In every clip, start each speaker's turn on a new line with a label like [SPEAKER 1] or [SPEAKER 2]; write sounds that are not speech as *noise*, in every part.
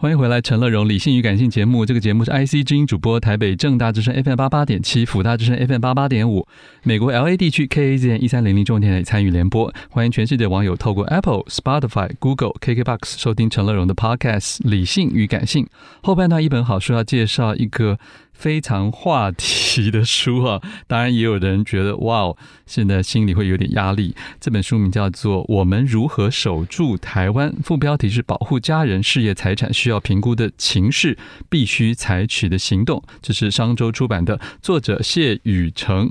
[SPEAKER 1] 欢迎回来，《陈乐荣理性与感性》节目。这个节目是 IC 之音主播，台北正大之声 FM 八八点七，辅大之声 FM 八八点五，美国 LA 地区 KAZN 一三零零中文电台参与联播。欢迎全世界网友透过 Apple、Spotify、Google、KKBox 收听陈乐荣的 Podcast《理性与感性》。后半段一本好书要介绍一个非常话题的书啊，当然也有人觉得哇哦，现在心里会有点压力。这本书名叫做《我们如何守住台湾》，副标题是“保护家人、事业、财产需要评估的情势，必须采取的行动”。这是商周出版的，作者谢宇成，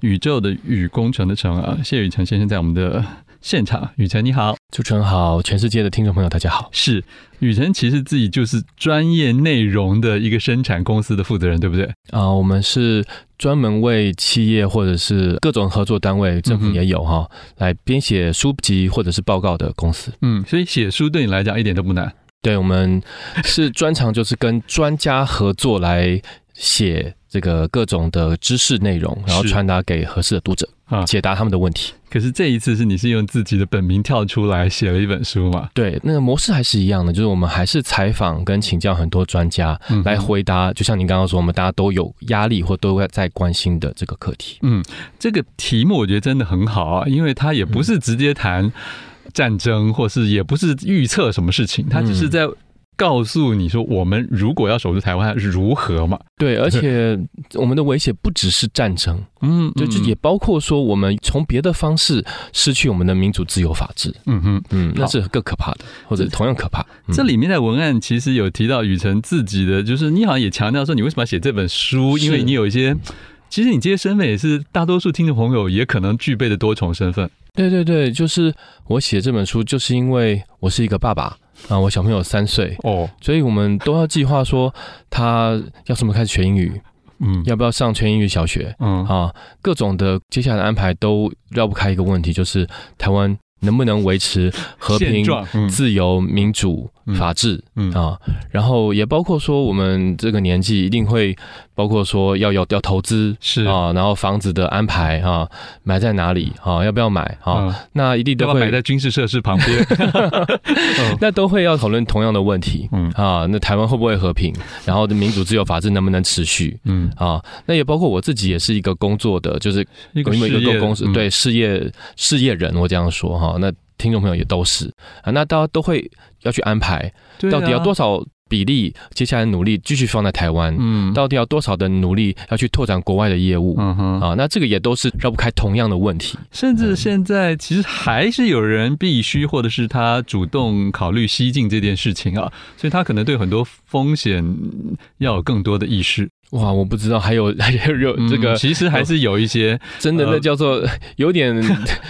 [SPEAKER 1] 宇宙的宇，工程的程啊。谢宇成先生在我们的现场，宇成你好。
[SPEAKER 2] 主持人好，全世界的听众朋友大家好。
[SPEAKER 1] 是雨辰，其实自己就是专业内容的一个生产公司的负责人，对不对？
[SPEAKER 2] 啊、我们是专门为企业或者是各种合作单位，政府
[SPEAKER 1] 嗯哼
[SPEAKER 2] 也有哈、来编写书籍或者是报告的公司。
[SPEAKER 1] 嗯，所以写书对你来讲一点都不难。
[SPEAKER 2] 对，我们是专长就是跟专家合作来写这个各种的知识内容，然后
[SPEAKER 1] 是
[SPEAKER 2] 传达给合适的读者
[SPEAKER 1] 啊，
[SPEAKER 2] 解答他们的问题。
[SPEAKER 1] 可是这一次是你是用自己的本名跳出来写了一本书嘛？
[SPEAKER 2] 对，那个模式还是一样的，就是我们还是采访跟请教很多专家
[SPEAKER 1] 嗯
[SPEAKER 2] 来回答，就像您刚刚说，我们大家都有压力或都在关心的这个课题。
[SPEAKER 1] 这个题目我觉得真的很好啊，因为它也不
[SPEAKER 2] 嗯
[SPEAKER 1] 是直接谈战争，或是也不是预测什么事情，它只
[SPEAKER 2] 嗯
[SPEAKER 1] 是在告诉你说，我们如果要守住台湾如何嘛。
[SPEAKER 2] 对，而且我们的威胁不只是战争，
[SPEAKER 1] 嗯，
[SPEAKER 2] 就就也包括说我们从别的方式失去我们的民主、自由、法治，
[SPEAKER 1] 嗯哼。
[SPEAKER 2] 嗯，
[SPEAKER 1] 好
[SPEAKER 2] 那是更可怕的，或者
[SPEAKER 1] 这
[SPEAKER 2] 同样可怕。嗯
[SPEAKER 1] 这里面的文案其实有提到雨辰自己的，就是你好像也强调说你为什么要写这本书，
[SPEAKER 2] 是
[SPEAKER 1] 因为你有一些，其实你这些身份也是大多数听众朋友也可能具备的多重身份。
[SPEAKER 2] 对对对，就是我写这本书，就是因为我是一个爸爸啊，我小朋友三岁，
[SPEAKER 1] 哦，
[SPEAKER 2] 所以我们都要计划说他要什么开始学英语，
[SPEAKER 1] 嗯，
[SPEAKER 2] 要不要上全英语小学
[SPEAKER 1] 嗯，
[SPEAKER 2] 啊，各种的接下来的安排都绕不开一个问题，就是台湾能不能维持和
[SPEAKER 1] 现
[SPEAKER 2] 平、
[SPEAKER 1] 状，嗯
[SPEAKER 2] 自由、民主、
[SPEAKER 1] 嗯
[SPEAKER 2] 法治。
[SPEAKER 1] 嗯
[SPEAKER 2] 啊，然后也包括说我们这个年纪一定会包括说要要要投资
[SPEAKER 1] 是，
[SPEAKER 2] 啊，然后房子的安排啊，买在哪里啊，要不要买啊？
[SPEAKER 1] 嗯
[SPEAKER 2] 那一定
[SPEAKER 1] 要
[SPEAKER 2] 都
[SPEAKER 1] 不要买
[SPEAKER 2] 会，
[SPEAKER 1] 在军事设施旁 *laughs* 边？嗯
[SPEAKER 2] 那都会要讨论同样的问题。
[SPEAKER 1] 嗯
[SPEAKER 2] 啊，那台湾会不会和平？然后民主、自由、法治能不能持续？
[SPEAKER 1] 嗯，
[SPEAKER 2] 啊，那也包括我自己也是一个工作的，就是
[SPEAKER 1] 一
[SPEAKER 2] 因为一
[SPEAKER 1] 事业
[SPEAKER 2] 个公司、
[SPEAKER 1] 嗯
[SPEAKER 2] 对事业事业人，我这样说哈、那听众朋友也都是啊，那大家都会要去安排，
[SPEAKER 1] 对
[SPEAKER 2] 到底要
[SPEAKER 1] 啊
[SPEAKER 2] 多少比例？接下来努力继续放在台湾，
[SPEAKER 1] 嗯
[SPEAKER 2] 到底要多少的努力要去拓展国外的业务、
[SPEAKER 1] 嗯哼，
[SPEAKER 2] 啊？那这个也都是绕不开同样的问题。
[SPEAKER 1] 甚至现在其实还是有人必须，或者是他主动考虑西进这件事情啊，所以他可能对很多风险嗯要有更多的意识。
[SPEAKER 2] 哇，我不知道还有 *laughs* 还有
[SPEAKER 1] 嗯
[SPEAKER 2] 这个、
[SPEAKER 1] 其实还是有一些，
[SPEAKER 2] 真的
[SPEAKER 1] 呃
[SPEAKER 2] 那叫做
[SPEAKER 1] *laughs*
[SPEAKER 2] 有点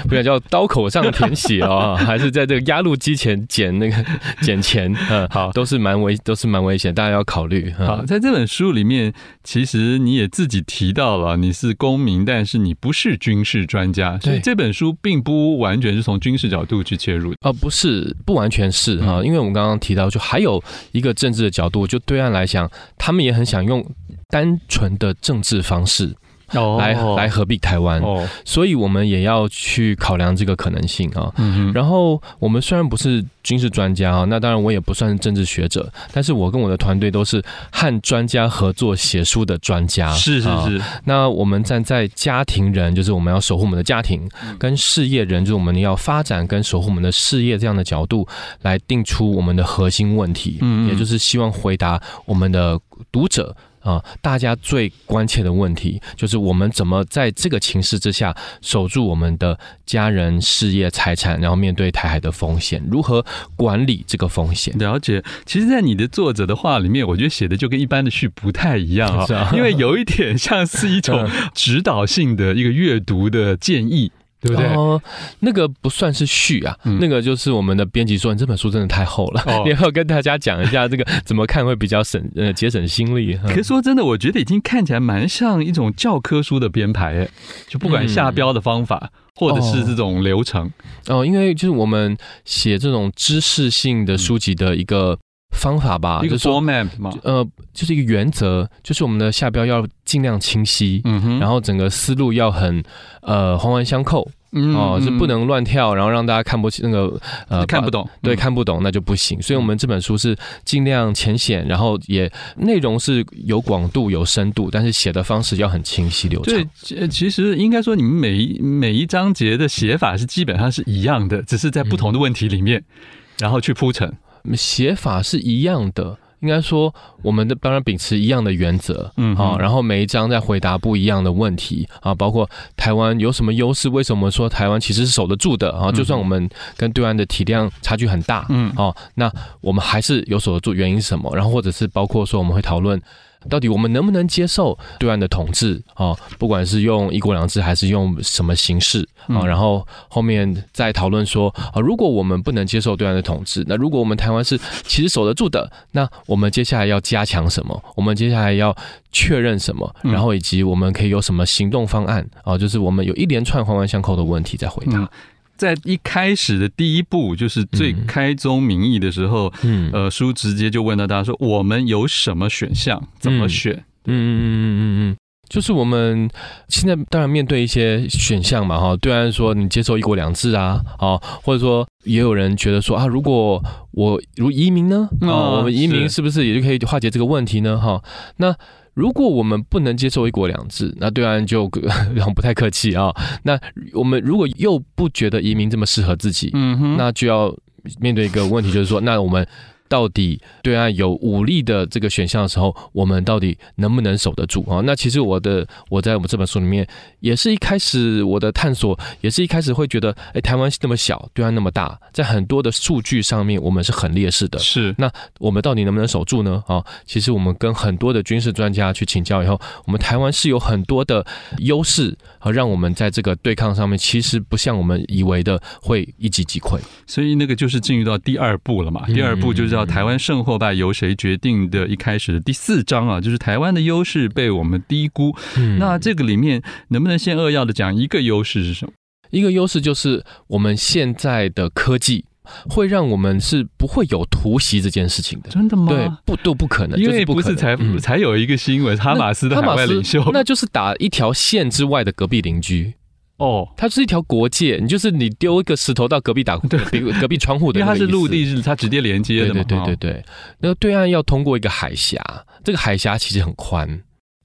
[SPEAKER 2] 不要叫刀口上舔血啊、 *laughs* 还是在这个压路机前捡那个捡钱，嗯，
[SPEAKER 1] 好
[SPEAKER 2] 都是蛮危都是蛮危险，大家要考虑。嗯
[SPEAKER 1] 好，啊在这本书里面，其实你也自己提到了，你是公民，但是你不是军事专家，所以
[SPEAKER 2] 对
[SPEAKER 1] 这本书并不完全是从军事角度去切入的。
[SPEAKER 2] 啊，不是，不完全是哈、
[SPEAKER 1] 嗯
[SPEAKER 2] 因为我们刚刚提到，就还有一个政治的角度，就对岸来讲，他们也很想用单纯的政治方式
[SPEAKER 1] 哦
[SPEAKER 2] 来、来合并台湾、
[SPEAKER 1] 哦，
[SPEAKER 2] 所以我们也要去考量这个可能性啊。
[SPEAKER 1] 嗯哼，
[SPEAKER 2] 然后我们虽然不是军事专家啊，那当然我也不算是政治学者，但是我跟我的团队都是和专家合作写书的专家。
[SPEAKER 1] 是是
[SPEAKER 2] 啊
[SPEAKER 1] 是，
[SPEAKER 2] 那我们站在家庭人，就是我们要守护我们的家庭，
[SPEAKER 1] 嗯
[SPEAKER 2] 跟事业人，就是我们要发展跟守护我们的事业这样的角度，来定出我们的核心问题，
[SPEAKER 1] 嗯嗯
[SPEAKER 2] 也就是希望回答我们的读者。啊、大家最关切的问题就是我们怎么在这个情势之下守住我们的家人、事业、财产，然后面对台海的风险，如何管理这个风险？
[SPEAKER 1] 了解，其实，在你的作者的话里面，我觉得写的就跟一般的序不太一样啊、
[SPEAKER 2] *laughs* 是啊
[SPEAKER 1] 因为有一点像是一种指导性的一个阅读的建议，对不对？
[SPEAKER 2] 哦，那个不算是序啊，
[SPEAKER 1] 嗯
[SPEAKER 2] 那个就是我们的编辑说你这本书真的太厚了，
[SPEAKER 1] 哦
[SPEAKER 2] *laughs* 你要跟大家讲一下这个怎么看会比较省呃节省心力。嗯
[SPEAKER 1] 可是说真的，我觉得已经看起来蛮像一种教科书的编排，哎，就不管下标的方
[SPEAKER 2] 嗯
[SPEAKER 1] 法，或者是这种流程，
[SPEAKER 2] 哦，因为就是我们写这种知识性的书籍的一个方法吧，
[SPEAKER 1] 一
[SPEAKER 2] 啊就
[SPEAKER 1] 个
[SPEAKER 2] 是说
[SPEAKER 1] format 嘛，
[SPEAKER 2] 呃就是一个原则，就是我们的下标要尽量清晰，
[SPEAKER 1] 嗯哼，
[SPEAKER 2] 然
[SPEAKER 1] 后
[SPEAKER 2] 后整个思路要很呃环环相扣。
[SPEAKER 1] 嗯
[SPEAKER 2] 哦，是不能乱跳，然后让大家看不起那个呃
[SPEAKER 1] 看不
[SPEAKER 2] 懂。
[SPEAKER 1] 懂，
[SPEAKER 2] 对，
[SPEAKER 1] 嗯
[SPEAKER 2] 看不懂那就不行。所以，我们这本书是尽量浅显，然后也内容是有广度、有深度，但是写的方式要很清晰流畅
[SPEAKER 1] 对。，其呃其实应该说，你们每一每一章节的写法是基本上是一样的，只是在不同
[SPEAKER 2] 嗯
[SPEAKER 1] 的问题里面，然后去铺陈。
[SPEAKER 2] 写法是一样的，应该说我们的当然秉持一样的原则。
[SPEAKER 1] 嗯
[SPEAKER 2] 好、
[SPEAKER 1] 哼
[SPEAKER 2] 然后每一章在回答不一样的问题啊，包括台湾有什么优势？为什么说台湾其实是守得住的啊？就算我们跟对岸的体量差距很大，
[SPEAKER 1] 嗯
[SPEAKER 2] 哦，那我们还是有所得住，原因是什么？然后或者是包括说我们会讨论。到底我们能不能接受对岸的统治哦？不管是用一国两制，还是用什么形式啊、
[SPEAKER 1] 嗯
[SPEAKER 2] 然后后面再讨论说啊、如果我们不能接受对岸的统治，那如果我们台湾是其实守得住的，那我们接下来要加强什么？我们接下来要确认什么？
[SPEAKER 1] 嗯
[SPEAKER 2] 然后以及我们可以有什么行动方案啊、就是我们有一连串环环相扣的问题在回答。
[SPEAKER 1] 嗯，在一开始的第一步，就是最
[SPEAKER 2] 嗯
[SPEAKER 1] 开宗明义的时候，
[SPEAKER 2] 嗯
[SPEAKER 1] 呃，书直接就问到大家说，我们有什么选项，怎么选？
[SPEAKER 2] 嗯嗯嗯嗯嗯，就是我们现在当然面对一些选项嘛，哈，对岸说你接受一国两制啊，哦，或者说也有人觉得说啊，如果我如移民呢，
[SPEAKER 1] 哦
[SPEAKER 2] 哦，我们移民
[SPEAKER 1] 是
[SPEAKER 2] 是不是也就可以化解这个问题呢？哈、那。如果我们不能接受一国两制，那对岸就 *laughs* 很不太客气啊、那我们如果又不觉得移民这么适合自己，
[SPEAKER 1] 嗯哼，
[SPEAKER 2] 那就要面对一个问题，就是说，那我们到底对岸有武力的这个选项的时候，我们到底能不能守得住啊、哦那其实我的我在我们这本书里面，也是一开始我的探索，也是一开始会觉得，哎，台湾那么小，对岸那么大，在很多的数据上面，我们是很劣势的。
[SPEAKER 1] 是
[SPEAKER 2] 我们到底能不能守住呢？啊、其实我们跟很多的军事专家去请教以后，我们台湾是有很多的优势，啊，让我们在这个对抗上面，其实不像我们以为的会一击即溃。
[SPEAKER 1] 所以那个就是进入到第二步了嘛。
[SPEAKER 2] 嗯
[SPEAKER 1] 第二步就是叫台湾胜或败由谁决定的，一开始的第四章啊，就是台湾的优势被我们低估。
[SPEAKER 2] 嗯
[SPEAKER 1] 那这个里面能不能先扼要的讲一个优势是什么？
[SPEAKER 2] 一个优势就是我们现在的科技会让我们是不会有突袭这件事情的。
[SPEAKER 1] 真的吗？
[SPEAKER 2] 对，不都不可能，
[SPEAKER 1] 因
[SPEAKER 2] 就
[SPEAKER 1] 为
[SPEAKER 2] 不
[SPEAKER 1] 不
[SPEAKER 2] 可
[SPEAKER 1] 是
[SPEAKER 2] 能
[SPEAKER 1] 才、
[SPEAKER 2] 嗯
[SPEAKER 1] 才有一个新闻，哈马斯的
[SPEAKER 2] 那
[SPEAKER 1] 海
[SPEAKER 2] 哈马
[SPEAKER 1] 外
[SPEAKER 2] 斯
[SPEAKER 1] 领袖
[SPEAKER 2] 那就是打一条线之外的隔壁邻居，
[SPEAKER 1] 哦，
[SPEAKER 2] 它是一条国界，你就是你丢一个石头到隔壁打
[SPEAKER 1] 对
[SPEAKER 2] 隔隔壁窗户
[SPEAKER 1] 因为
[SPEAKER 2] 的那个
[SPEAKER 1] 它
[SPEAKER 2] 意
[SPEAKER 1] 是
[SPEAKER 2] 思，
[SPEAKER 1] 陆地，是它直接连接
[SPEAKER 2] 对
[SPEAKER 1] 的嘛。
[SPEAKER 2] 对对对
[SPEAKER 1] 哦，
[SPEAKER 2] 对，那个对岸要通过一个海峡，这个海峡其实很宽，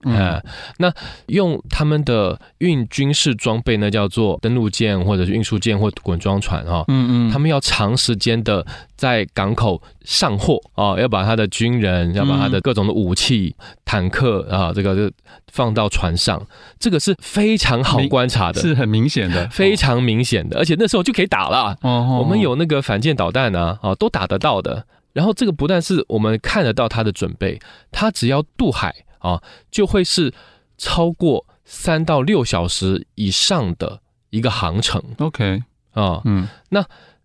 [SPEAKER 1] 嗯
[SPEAKER 2] 呃，那用他们的运军事装备呢，叫做登陆舰或者是运输舰或滚装船哈、哦，
[SPEAKER 1] 嗯嗯，
[SPEAKER 2] 他们要长时间的在港口上货啊、哦，要把他的军
[SPEAKER 1] 嗯
[SPEAKER 2] 人，要把他的各种的武器、坦克啊、这个就放到船上，这个是非常好
[SPEAKER 1] 明
[SPEAKER 2] 观察的，
[SPEAKER 1] 是很明显的，
[SPEAKER 2] *laughs* 非常明显的，而且那时候就可以打了。啊
[SPEAKER 1] 哦。哦，哦
[SPEAKER 2] 我们有那个反舰导弹啊，啊，都打得到的。然后这个不但是我们看得到他的准备，他只要渡海啊，就会是超过三到六小时以上的一个航程
[SPEAKER 1] OK，
[SPEAKER 2] 啊。
[SPEAKER 1] 嗯，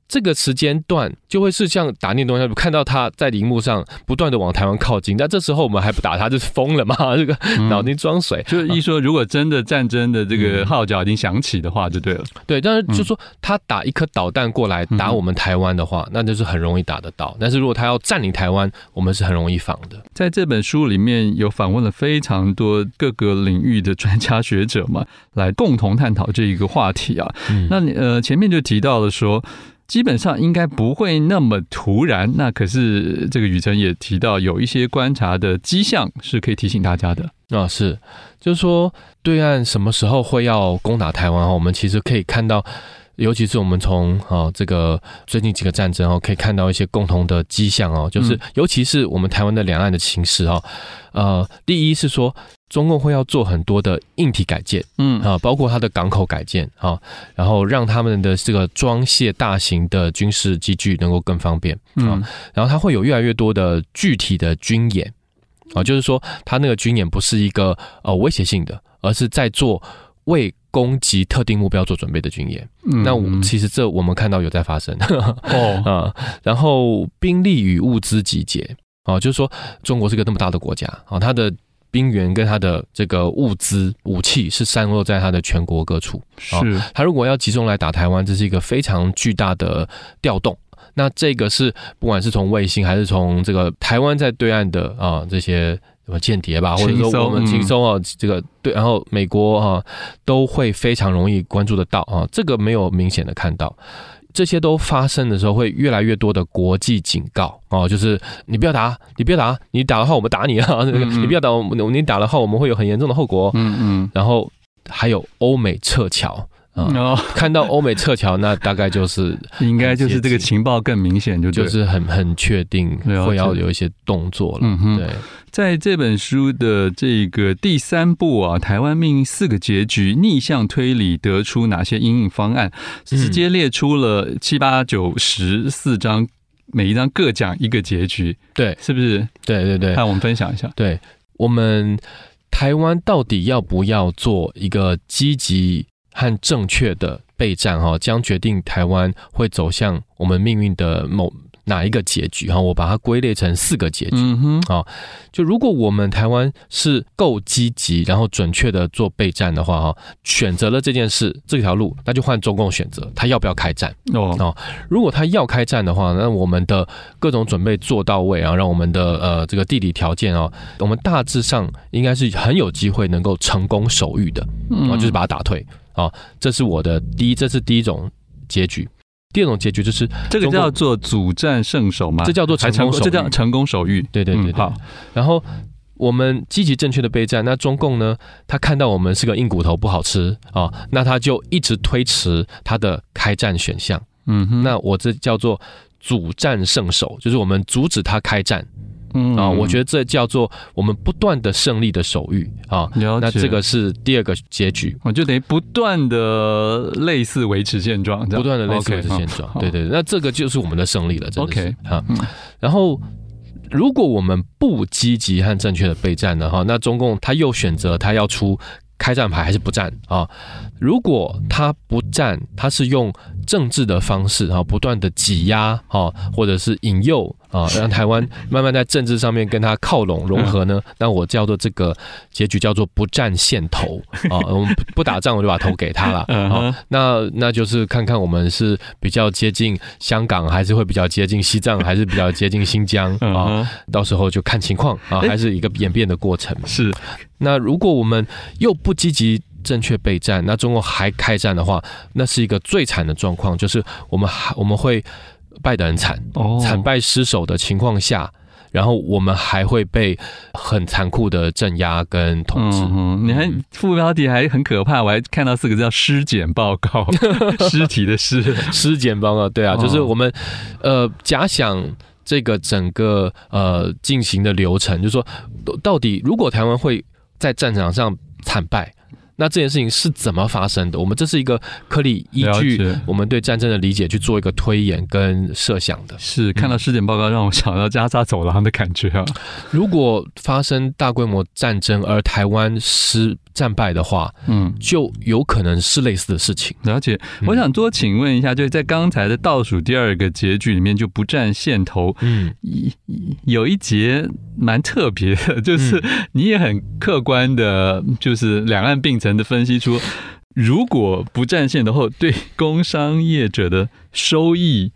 [SPEAKER 2] 这个时间段就会是像打电动一样，看到他在荧幕上不断的往台湾靠近，但这时候我们还不打他，就是疯了嘛？ *laughs* 这个
[SPEAKER 1] 嗯
[SPEAKER 2] 脑筋装水。
[SPEAKER 1] 就是一说，如果真的战争的这个
[SPEAKER 2] 嗯
[SPEAKER 1] 号角已经响起的话，就对了。
[SPEAKER 2] 对，但是
[SPEAKER 1] 嗯
[SPEAKER 2] 就说他打一颗导弹过来打我们台湾的话，那就是很容易打得到。但是如果他要占领台湾，我们是很容易防的。
[SPEAKER 1] 在这本书里面有访问了非常多各个领域的专家学者嘛，来共同探讨这一个话题啊。
[SPEAKER 2] 嗯
[SPEAKER 1] 那你呃，前面就提到了说，基本上应该不会那么突然。那可是这个雨辰也提到，有一些观察的迹象是可以提醒大家的。
[SPEAKER 2] 啊、是，就是说对岸什么时候会要攻打台湾哦？我们其实可以看到，尤其是我们从哦这个最近几个战争哦，可以看到一些共同的迹象哦，就是、
[SPEAKER 1] 嗯
[SPEAKER 2] 尤其是我们台湾的两岸的情势哦，呃，第一是说中共会要做很多的硬体改建。
[SPEAKER 1] 嗯
[SPEAKER 2] 啊，包括它的港口改建啊，然后让他们的这个装卸大型的军事机具能够更方便，
[SPEAKER 1] 嗯
[SPEAKER 2] 然后它会有越来越多的具体的军演啊，就是说它那个军演不是一个呃威胁性的，而是在做为攻击特定目标做准备的军演。
[SPEAKER 1] 嗯
[SPEAKER 2] 那我
[SPEAKER 1] 嗯
[SPEAKER 2] 其实这我们看到有在发生 *laughs*
[SPEAKER 1] 哦，
[SPEAKER 2] 啊，然后兵力与物资集结啊，就是说中国是一个那么大的国家啊，它的。兵源跟它的这个物资武器是散落在它的全国各处，
[SPEAKER 1] 是
[SPEAKER 2] 他如果要集中来打台湾，这是一个非常巨大的调动。那这个是不管是从卫星还是从这个台湾在对岸的啊、这些什么间谍吧，或者说
[SPEAKER 1] 轻松嗯
[SPEAKER 2] 我们轻松哦，这个对，然后美国啊都会非常容易关注得到啊，这个没有明显的看到。这些都发生的时候，会越来越多的国际警告哦，就是你不要打，你不要打，你打的话我们打你啊！
[SPEAKER 1] 嗯嗯
[SPEAKER 2] 你不要打，我们你打的话我们会有很严重的后果。
[SPEAKER 1] 嗯
[SPEAKER 2] 然后还有欧美撤侨啊，
[SPEAKER 1] 嗯，哦，
[SPEAKER 2] *laughs* 看到欧美撤侨，那大概就是
[SPEAKER 1] 应该就是这个
[SPEAKER 2] 很接近
[SPEAKER 1] 情报更明显， *laughs* 就对
[SPEAKER 2] 就
[SPEAKER 1] 了
[SPEAKER 2] 是很很确定
[SPEAKER 1] 了解
[SPEAKER 2] 会要有一些动作了。
[SPEAKER 1] 嗯哼，
[SPEAKER 2] 对，
[SPEAKER 1] 在这本书的这个第三部啊，《台湾命运四个结局》逆向推理得出哪些阴影方案，直接列出了七八九十四章，每一章各讲一个结局，
[SPEAKER 2] 对，
[SPEAKER 1] 是不是？
[SPEAKER 2] 对对对
[SPEAKER 1] 看我们分享一下。
[SPEAKER 2] 对，我们台湾到底要不要做一个积极和正确的备战？哈，将决定台湾会走向我们命运的某哪一个结局？哈，我把它归类成四个结局。
[SPEAKER 1] 嗯哼，
[SPEAKER 2] 就如果我们台湾是够积极，然后准确的做备战的话，哈，选择了这件事这条路，那就换中共选择他要不要开战。
[SPEAKER 1] 哦，
[SPEAKER 2] 如果他要开战的话，那我们的各种准备做到位啊，让我们的呃这个地理条件啊，我们大致上应该是很有机会能够成功守御的
[SPEAKER 1] 嗯
[SPEAKER 2] 啊，就是把他打退啊。这是我的第一，这是第一种结局。第二种结局就是，
[SPEAKER 1] 这个
[SPEAKER 2] 中共
[SPEAKER 1] 叫做主战胜手吗？
[SPEAKER 2] 这叫做
[SPEAKER 1] 还
[SPEAKER 2] 成功手
[SPEAKER 1] 这
[SPEAKER 2] 谕
[SPEAKER 1] 叫成功手谕。
[SPEAKER 2] 对对
[SPEAKER 1] 嗯
[SPEAKER 2] 对对
[SPEAKER 1] 好，
[SPEAKER 2] 然后我们积极正确的备战，那中共呢，他看到我们是个硬骨头不好吃啊、那他就一直推迟他的开战选项。
[SPEAKER 1] 嗯哼，
[SPEAKER 2] 那我这叫做主战胜守，就是我们阻止他开战
[SPEAKER 1] 嗯
[SPEAKER 2] 啊、我觉得这叫做我们不断的胜利的手谕啊。
[SPEAKER 1] 得了
[SPEAKER 2] 那
[SPEAKER 1] 解
[SPEAKER 2] 这个是第二个结局，
[SPEAKER 1] 我就得不断的类似维持现状，这样
[SPEAKER 2] 不断的类似
[SPEAKER 1] OK，
[SPEAKER 2] 的
[SPEAKER 1] 好
[SPEAKER 2] 现状。
[SPEAKER 1] 好
[SPEAKER 2] 对对，对那这个就是我们的胜利了，真的是
[SPEAKER 1] OK，
[SPEAKER 2] 啊
[SPEAKER 1] 嗯。
[SPEAKER 2] 然后，如果我们不积极和正确的备战呢，哈，那中共他又选择他要出开战牌还是不战啊？如果他不战，他是用政治的方式啊，不断的挤压啊，或者是引诱啊，让台湾慢慢在政治上面跟他靠拢融合呢，
[SPEAKER 1] 嗯
[SPEAKER 2] 那我叫做这个结局叫做不占线头啊，我们不不打仗我就把头给他了
[SPEAKER 1] *laughs* 嗯
[SPEAKER 2] 啊
[SPEAKER 1] 哼。
[SPEAKER 2] *laughs* 那那就是看看我们是比较接近香港，还是会比较接近西藏，还是比较接近新疆
[SPEAKER 1] *laughs* 嗯
[SPEAKER 2] 啊？
[SPEAKER 1] 哼
[SPEAKER 2] 到时候就看情况啊，
[SPEAKER 1] 哎
[SPEAKER 2] 还是一个演变的过程。
[SPEAKER 1] 是
[SPEAKER 2] 那如果我们又不积极正确备战，那中国还开战的话，那是一个最惨的状况，就是我们还我们会败得很惨，
[SPEAKER 1] 哦
[SPEAKER 2] 惨败失守的情况下，然后我们还会被很残酷的镇压跟统治。
[SPEAKER 1] 嗯哼，你还副标题还很可怕，我还看到四个字叫“尸检报
[SPEAKER 2] *laughs*
[SPEAKER 1] 告”，尸体的尸。
[SPEAKER 2] 尸检报告，对啊，
[SPEAKER 1] 哦
[SPEAKER 2] 就是我们呃假想这个整个呃进行的流程，就是说到到底如果台湾会在战场上惨败，那这件事情是怎么发生的？我们这是一个可以依
[SPEAKER 1] 了
[SPEAKER 2] 据
[SPEAKER 1] 解
[SPEAKER 2] 我们对战争的理解去做一个推演跟设想的。
[SPEAKER 1] 是看到尸检报告，让我想到加沙走廊的感觉啊！
[SPEAKER 2] 如果发生大规模战争而台湾失战败的话，
[SPEAKER 1] 嗯，
[SPEAKER 2] 就有可能是类似的事情。
[SPEAKER 1] 了解。
[SPEAKER 2] 嗯
[SPEAKER 1] 我想多请问一下，就是在刚才的倒数第二个结局里面，就不占线头，
[SPEAKER 2] 嗯，
[SPEAKER 1] 一有一节蛮特别的，就是
[SPEAKER 2] 嗯
[SPEAKER 1] 你也很客观的，就是两岸并存的分析出，如果不占线的后，对工商业者的收益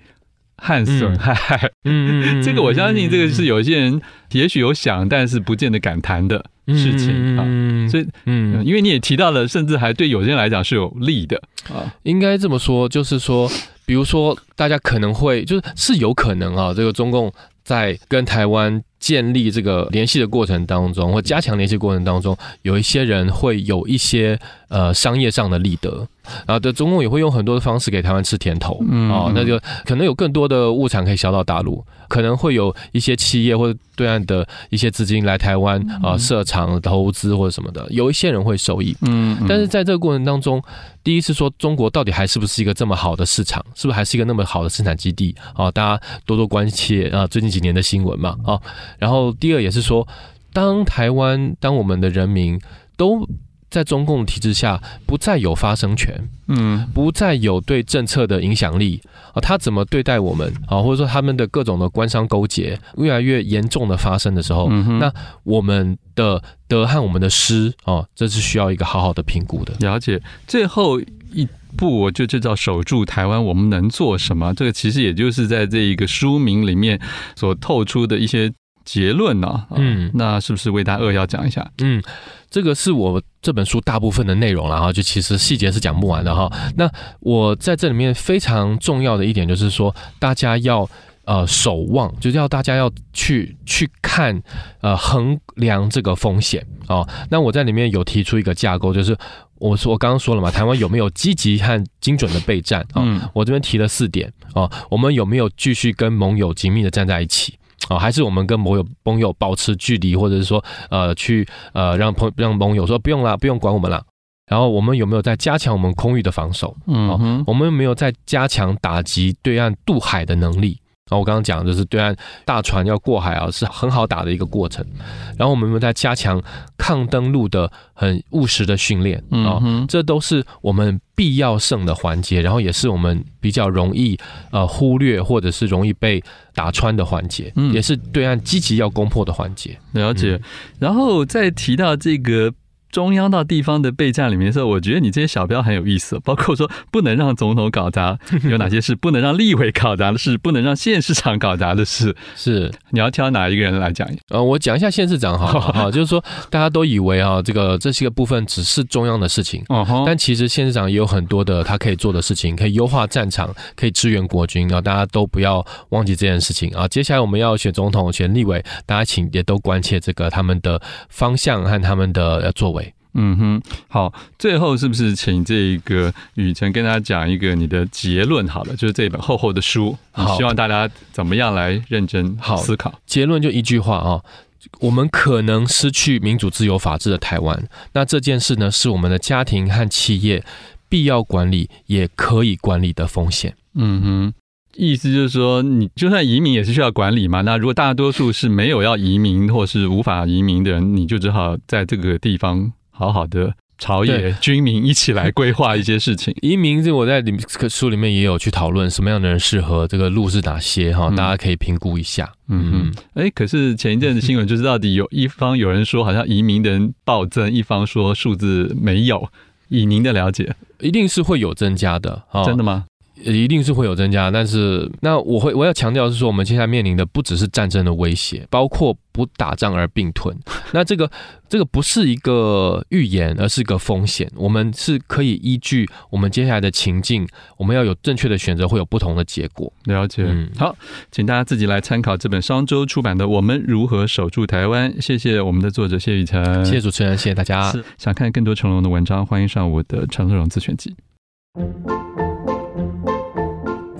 [SPEAKER 1] 和损害，
[SPEAKER 2] 嗯
[SPEAKER 1] 这个我相信，这个是有一些人也许有想，但是不见得敢谈的事情啊。
[SPEAKER 2] 啊
[SPEAKER 1] 所以，
[SPEAKER 2] 嗯
[SPEAKER 1] 嗯因为你也提到了，甚至还对有些人来讲是有利的啊。
[SPEAKER 2] 应该这么说，就是说，比如说，大家可能会就是是有可能啊，这个中共在跟台湾建立这个联系的过程当中，或加强联系过程当中，有一些人会有一些呃商业上的利得，然后的中共也会用很多的方式给台湾吃甜头。
[SPEAKER 1] 嗯
[SPEAKER 2] 哦，那就可能有更多的物产可以销到大陆，可能会有一些企业或者对岸的一些资金来台湾
[SPEAKER 1] 嗯
[SPEAKER 2] 啊、设厂投资或者什么的，有一些人会受益。
[SPEAKER 1] 嗯，嗯
[SPEAKER 2] 但是在这个过程当中，第一是说中国到底还是不是一个这么好的市场，是不是还是一个那么好的生产基地啊、大家多多关切啊、最近几年的新闻嘛啊、然后第二也是说，当台湾当我们的人民都在中共体制下不再有发声权，
[SPEAKER 1] 嗯
[SPEAKER 2] 不再有对政策的影响力啊，他怎么对待我们啊，或者说他们的各种的官商勾结越来越严重的发生的时候，
[SPEAKER 1] 嗯哼
[SPEAKER 2] 哦那我们的德和我们的失哦，这是需要一个好好的评估的。
[SPEAKER 1] 了解，最后一步我就就叫守住台湾，我们能做什么？这个其实也就是在这一个书名里面所透出的一些结论呢、啊
[SPEAKER 2] 嗯
[SPEAKER 1] 那是不是为大家扼要讲一下？
[SPEAKER 2] 嗯，这个是我这本书大部分的内容了哈，就其实细节是讲不完的哈。那我在这里面非常重要的一点就是说，大家要呃守望，就是要大家要去去看呃衡量这个风险哦。那我在里面有提出一个架构，就是我说我刚刚说了嘛，台湾有没有积极和精准的备战啊？哦
[SPEAKER 1] 嗯，
[SPEAKER 2] 我这边提了四点哦，我们有没有继续跟盟友紧密的站在一起？哦，还是我们跟盟友盟友保持距离，或者是说，呃，去呃让朋让盟友说不用啦，不用管我们啦。然后我们有没有在加强我们空域的防守？
[SPEAKER 1] 嗯哼，
[SPEAKER 2] 我们有没有在加强打击对岸渡海的能力？然后我刚刚讲的就是对岸大船要过海啊，是很好打的一个过程。然后我们有没有在加强抗登陆的很务实的训练？哦
[SPEAKER 1] 嗯哼，
[SPEAKER 2] 这都是我们必要胜的环节，然后也是我们比较容易呃忽略或者是容易被打穿的环节，
[SPEAKER 1] 嗯
[SPEAKER 2] 也是对岸积极要攻破的环节。
[SPEAKER 1] 了解
[SPEAKER 2] 嗯。
[SPEAKER 1] 然后再提到这个。中央到地方的备战里面的时候，我觉得你这些小标很有意思，包括说不能让总统搞砸有哪些事，不能让立委搞砸的事，不能让县市长搞砸的事，
[SPEAKER 2] 是，
[SPEAKER 1] 你要挑哪一个人来讲？
[SPEAKER 2] 呃，我讲一下县市长
[SPEAKER 1] *laughs*
[SPEAKER 2] 哈，哈，就是说大家都以为啊，这个这些个部分只是中央的事情。
[SPEAKER 1] 哦吼，
[SPEAKER 2] 但其实县市长也有很多的他可以做的事情，可以优化战场，可以支援国军啊，大家都不要忘记这件事情啊。接下来我们要选总统、选立委，大家请也都关切这个他们的方向和他们的呃作为。
[SPEAKER 1] 嗯哼，好，最后是不是请这个雨辰跟大家讲一个你的结论？好了，就是这本厚厚的书，你
[SPEAKER 2] 好
[SPEAKER 1] 希望大家怎么样来认真
[SPEAKER 2] 好
[SPEAKER 1] 思考？
[SPEAKER 2] 结论就一句话啊、我们可能失去民主、自由、法治的台湾。那这件事呢，是我们的家庭和企业必要管理，也可以管理的风险。
[SPEAKER 1] 嗯哼，意思就是说，你就算移民也是需要管理嘛。那如果大多数是没有要移民或是无法移民的人，你就只好在这个地方好好的朝野
[SPEAKER 2] 对
[SPEAKER 1] 军民一起来规划一些事情。
[SPEAKER 2] 移民这我在里面这个书里面也有去讨论，什么样的人适合，这个路是哪些哈、
[SPEAKER 1] 嗯
[SPEAKER 2] 大家可以评估一下。
[SPEAKER 1] 嗯哼，哎，可是前一阵子新闻就是到底有一方有人说好像移民的人暴增，一方说数字没有。以您的了解，
[SPEAKER 2] 一定是会有增加的啊、
[SPEAKER 1] 真的吗？
[SPEAKER 2] 一定是会有增加，但是那我会我要强调的是说，我们现在面临的不只是战争的威胁，包括不打仗而并吞。那这个这个不是一个预言，而是个风险。我们是可以依据我们接下来的情境，我们要有正确的选择，会有不同的结果。
[SPEAKER 1] 了解，
[SPEAKER 2] 嗯
[SPEAKER 1] 好，请大家自己来参考这本商周出版的《我们如何守住台湾》。谢谢我们的作者谢雨辰，
[SPEAKER 2] 谢谢主持人，谢谢大家。
[SPEAKER 1] 是想看更多成龙的文章，欢迎上我的陈乐荣自选集。